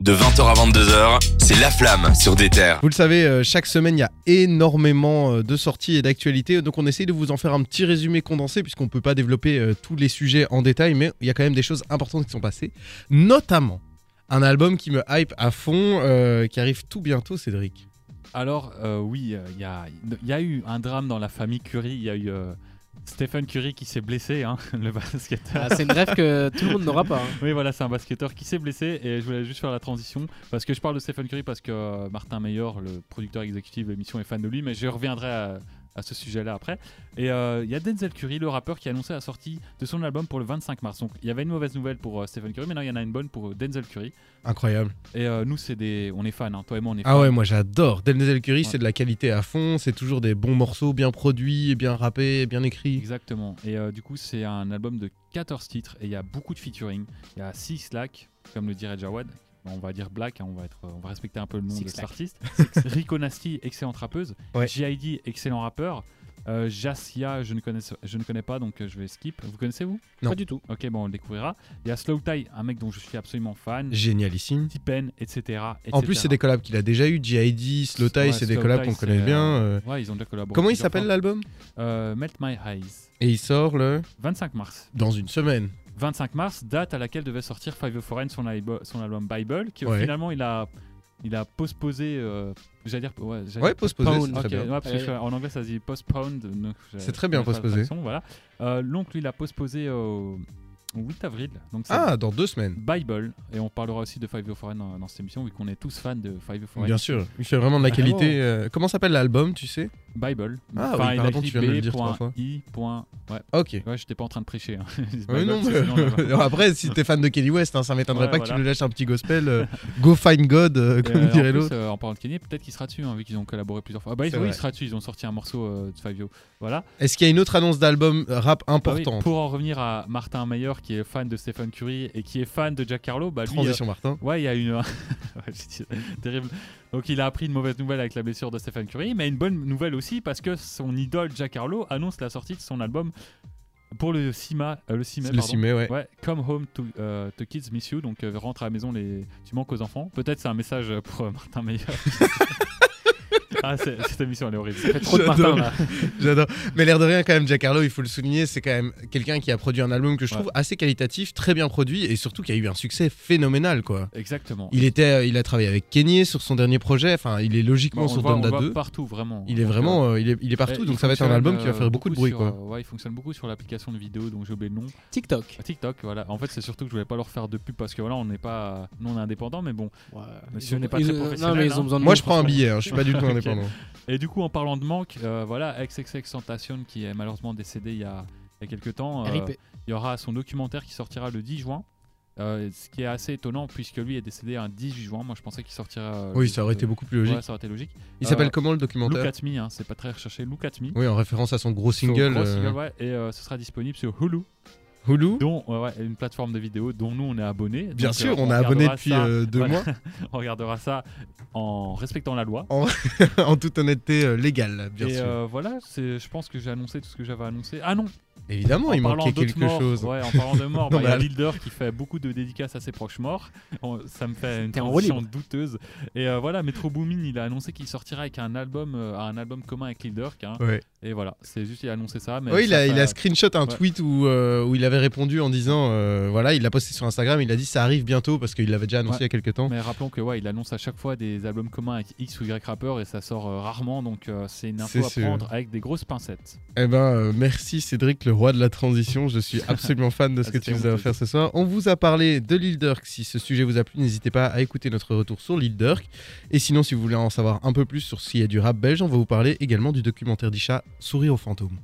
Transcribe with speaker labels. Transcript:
Speaker 1: De 20h à 22h, c'est La Flamme sur des terres.
Speaker 2: Vous le savez, euh, chaque semaine, il y a énormément euh, de sorties et d'actualités. Donc, on essaye de vous en faire un petit résumé condensé, puisqu'on ne peut pas développer euh, tous les sujets en détail, mais il y a quand même des choses importantes qui sont passées. Notamment, un album qui me hype à fond, euh, qui arrive tout bientôt, Cédric.
Speaker 3: Alors euh, oui, euh, il y, a, il y a eu un drame dans la famille Curie. Il y a eu euh, Stephen Curie qui s'est blessé, hein, le basketteur.
Speaker 4: Ah, c'est une rêve que tout le monde n'aura pas. hein.
Speaker 3: Oui, voilà, c'est un basketteur qui s'est blessé et je voulais juste faire la transition parce que je parle de Stephen Curry parce que euh, Martin Meyer, le producteur exécutif de l'émission, est fan de lui, mais je reviendrai à, à ce sujet-là après. Et euh, il y a Denzel Curry, le rappeur, qui a annoncé la sortie de son album pour le 25 mars. Donc il y avait une mauvaise nouvelle pour euh, Stephen Curry, maintenant il y en a une bonne pour euh, Denzel Curry.
Speaker 2: Incroyable.
Speaker 3: Et euh, nous, c'est des, on est fans, hein, toi et moi, on est fans.
Speaker 2: Ah ouais, moi j'adore. Denzel Curry,
Speaker 3: Ouais.
Speaker 2: c'est de la qualité à fond. C'est toujours des bons morceaux, bien produits, bien rappés, bien écrits.
Speaker 3: Exactement. Et euh, du coup, c'est un album de 14 titres et il y a beaucoup de featuring. Il y a Six Slack, comme le dirait Jawad. On va dire Black, hein, on, va être, on va respecter un peu le nom
Speaker 4: Six
Speaker 3: de cet
Speaker 4: Slack.
Speaker 3: artiste. Rico Nasty, excellente rappeuse.
Speaker 2: Ouais.
Speaker 3: JID, excellent rappeur. Euh, Jassia, je ne, connais, je ne connais pas, donc euh, je vais skip. Vous connaissez vous
Speaker 2: Non.
Speaker 4: Pas du tout.
Speaker 3: Ok, bon, on le découvrira. Il y a Slow Tie, un mec dont je suis absolument fan.
Speaker 2: Génialissime.
Speaker 3: Tipen, etc.,
Speaker 2: En plus,
Speaker 3: etc..
Speaker 2: c'est des collabs qu'il a déjà eu. G.I.D., Slow Tie,
Speaker 3: Ouais,
Speaker 2: c'est des
Speaker 3: Slow
Speaker 2: collabs
Speaker 3: Tie,
Speaker 2: qu'on
Speaker 3: c'est,
Speaker 2: connaît bien.
Speaker 3: euh,
Speaker 2: euh.
Speaker 3: Ouais, ils ont déjà collaboré.
Speaker 2: Comment il
Speaker 3: plusieurs
Speaker 2: s'appelle
Speaker 3: fois.
Speaker 2: l'album
Speaker 3: Euh, Melt My Eyes.
Speaker 2: Et il sort le
Speaker 3: 25 mars.
Speaker 2: dans une semaine.
Speaker 3: 25 mars, date à laquelle devait sortir Five Foreign son, albo- son album Bible, qui
Speaker 2: Ouais.
Speaker 3: finalement il a, il a postposé. euh, j'allais dire. Ouais, j'allais-
Speaker 2: Ouais, postposé, c'est
Speaker 4: Pound.
Speaker 2: très
Speaker 3: Ok,
Speaker 2: bien.
Speaker 3: ouais, parce que
Speaker 4: Ouais.
Speaker 3: je- en anglais ça se dit postponed. donc j'ai-
Speaker 2: C'est très bien
Speaker 3: j'ai pas la
Speaker 2: postposé.
Speaker 3: traduction, Voilà. Euh, L'oncle il a postposé au au 8 avril. Donc c'est
Speaker 2: Ah, dans deux semaines.
Speaker 3: Bible, et on parlera aussi de Five Foreign dans, dans cette émission, vu qu'on est tous fans de Five Foreign.
Speaker 2: Bien sûr, il fait vraiment de la
Speaker 3: Vraiment.
Speaker 2: qualité. euh, comment s'appelle l'album, tu sais
Speaker 3: Bible.
Speaker 2: Ah oui,
Speaker 3: il a
Speaker 2: pardon,
Speaker 3: écrit
Speaker 2: tu viens de me le dire trois
Speaker 3: B.I.
Speaker 2: fois.
Speaker 3: point- Ouais,
Speaker 2: Ok.
Speaker 3: ouais j'étais pas en train de prêcher. hein.
Speaker 2: Ouais,
Speaker 3: Bible,
Speaker 2: non,
Speaker 3: parce que
Speaker 2: mais-
Speaker 3: sinon, on avait-
Speaker 2: Après, si t'es fan de Kelly West, hein, ça m'étonnerait
Speaker 3: Ouais,
Speaker 2: pas que
Speaker 3: voilà.
Speaker 2: tu nous lâches un petit gospel. euh, Go find God, euh,
Speaker 3: Et,
Speaker 2: comme
Speaker 3: euh, en
Speaker 2: dirait
Speaker 3: plus,
Speaker 2: l'autre.
Speaker 3: euh, en parlant de Kanye, peut-être qu'il sera dessus, hein, vu qu'ils ont collaboré plusieurs fois. Ah bah ils-
Speaker 2: C'est
Speaker 3: oui,
Speaker 2: vrai.
Speaker 3: il sera dessus, ils ont sorti un morceau euh, de Fabio. Voilà.
Speaker 2: Est-ce qu'il y a une autre annonce d'album euh, rap
Speaker 3: Bah euh, oui,
Speaker 2: importante
Speaker 3: pour en revenir à Martin Meyer, qui est fan de Stephen Curry et qui est fan de Jack Carlo, bah lui,
Speaker 2: Transition, Martin.
Speaker 3: euh, ouais, il y a une. Ouais, j'ai dit- terrible. Donc il a appris une mauvaise nouvelle avec la blessure de Stephen Curry, mais une bonne nouvelle aussi parce que son idole Jack Carlo annonce la sortie de son album pour le 6 mai. euh, le 6 mai,
Speaker 2: Le
Speaker 3: pardon.
Speaker 2: 6 mai, ouais.
Speaker 3: Ouais, come home to, euh, to kids miss you, donc euh, rentre à la maison, les... tu manques aux enfants. Peut-être c'est un message euh, pour euh, Martin Meyer. ah, c'est- cette émission elle est horrible.
Speaker 4: Trop de
Speaker 2: J'adore.
Speaker 4: Martin là.
Speaker 2: J'adore. Mais l'air de rien, quand même, Jack Harlow, il faut le souligner, c'est quand même quelqu'un qui a produit un album que je
Speaker 3: Ouais.
Speaker 2: trouve assez qualitatif, très bien produit et surtout qui a eu un succès phénoménal, quoi.
Speaker 3: Exactement.
Speaker 2: Il, était, euh, il a travaillé avec Kenny sur son dernier projet, enfin, il est
Speaker 3: Bon,
Speaker 2: logiquement
Speaker 3: on le
Speaker 2: sur
Speaker 3: voit, on
Speaker 2: Donda
Speaker 3: le voit
Speaker 2: 2.
Speaker 3: partout, vraiment.
Speaker 2: Il est
Speaker 3: Donc, euh,
Speaker 2: vraiment euh, il, est, il est partout,
Speaker 3: ouais,
Speaker 2: donc
Speaker 3: il
Speaker 2: ça va être un album qui va
Speaker 3: fonctionne,
Speaker 2: faire
Speaker 3: euh,
Speaker 2: beaucoup de bruit,
Speaker 3: sur,
Speaker 2: quoi.
Speaker 3: euh, ouais, il fonctionne beaucoup sur l'application de vidéo, donc j'ai oublié le nom.
Speaker 4: TikTok.
Speaker 3: Euh, TikTok, voilà. En fait, c'est surtout que je voulais pas leur faire de pub parce que voilà, on n'est pas. Nous, on est indépendants, mais bon.
Speaker 4: Ouais.
Speaker 3: Monsieur
Speaker 4: Ils-
Speaker 3: n'est pas très
Speaker 4: ils- Non,
Speaker 3: professionnel,
Speaker 4: mais ils
Speaker 3: hein.
Speaker 4: ont besoin de
Speaker 2: Moi,
Speaker 4: nous,
Speaker 2: je prends un
Speaker 4: franchement.
Speaker 2: billet, hein, je suis pas du tout
Speaker 3: Ok.
Speaker 2: indépendant.
Speaker 3: Et du coup, en parlant de manque, euh, voilà, XXX Tentation qui est malheureusement décédé il y a, il y a quelques temps. euh,
Speaker 4: RIP.
Speaker 3: Il y aura son documentaire qui sortira le 10 juin. euh, ce qui est assez étonnant puisque lui est décédé un 18 juin. Moi je pensais qu'il sortira. euh,
Speaker 2: Oui,
Speaker 3: le-
Speaker 2: ça aurait été
Speaker 3: le-
Speaker 2: beaucoup plus logique.
Speaker 3: Ouais, ça aurait été logique.
Speaker 2: Il
Speaker 3: Euh,
Speaker 2: s'appelle comment le documentaire
Speaker 3: Look at me, hein, c'est pas très recherché. Look at me.
Speaker 2: Oui, en référence à son gros single,
Speaker 3: Gros
Speaker 2: euh,
Speaker 3: single, ouais, et euh, ce sera disponible sur Hulu,
Speaker 2: Hulu.
Speaker 3: dont euh, ouais, ouais, une plateforme de vidéo dont nous on est abonné.
Speaker 2: Bien
Speaker 3: Donc, euh,
Speaker 2: sûr, on, a abonné
Speaker 3: regardera
Speaker 2: depuis
Speaker 3: ça-
Speaker 2: euh, deux
Speaker 3: voilà.
Speaker 2: mois,
Speaker 3: on regardera ça en respectant la loi.
Speaker 2: en toute honnêteté euh, légale, bien
Speaker 3: et
Speaker 2: sûr.
Speaker 3: euh, voilà, c'est, je pense que j'ai annoncé tout ce que j'avais annoncé. Ah non,
Speaker 2: Évidemment,
Speaker 3: en
Speaker 2: il
Speaker 3: parlant
Speaker 2: manquait
Speaker 3: d'autres
Speaker 2: quelque
Speaker 3: morts,
Speaker 2: chose.
Speaker 3: ouais, en parlant de mort, bah, il y a
Speaker 2: Normal.
Speaker 3: Lilder qui fait beaucoup de dédicaces à ses proches morts. On- Ça me fait une
Speaker 4: C'était en
Speaker 3: transition douteuse. Et euh, voilà, Metro Boomin, il a annoncé qu'il sortira avec un album, euh, un album commun avec Lilder. hein.
Speaker 2: Ouais.
Speaker 3: Et voilà, c'est juste il a annoncé ça. Mais
Speaker 2: Oui, il
Speaker 3: ça
Speaker 2: a,
Speaker 3: fait- euh,
Speaker 2: il a screenshot un
Speaker 3: Ouais.
Speaker 2: tweet où, euh, où il avait répondu en disant, euh, voilà, il l'a posté sur Instagram, il a dit ça arrive bientôt parce qu'il l'avait déjà annoncé
Speaker 3: Ouais.
Speaker 2: il y a quelques temps.
Speaker 3: Mais rappelons que ouais, il annonce à chaque fois des albums communs avec X ou Y rappeurs et ça sort euh, rarement, donc euh, c'est une info
Speaker 2: C'est
Speaker 3: à
Speaker 2: sûr.
Speaker 3: prendre avec des grosses pincettes.
Speaker 2: Eh ben, euh, merci Cédric, le roi de la transition. Je suis absolument fan de ce
Speaker 3: Ah,
Speaker 2: que
Speaker 3: c'était
Speaker 2: tu nous as
Speaker 3: honteux.
Speaker 2: offert ce soir. On vous a parlé de l'île d'Urk. Si ce sujet vous a plu, n'hésitez pas à écouter notre retour sur l'île d'Urk. Et sinon, si vous voulez en savoir un peu plus sur ce qu'il y a du rap belge, on va vous parler également du documentaire d'Isha Sourire aux fantômes.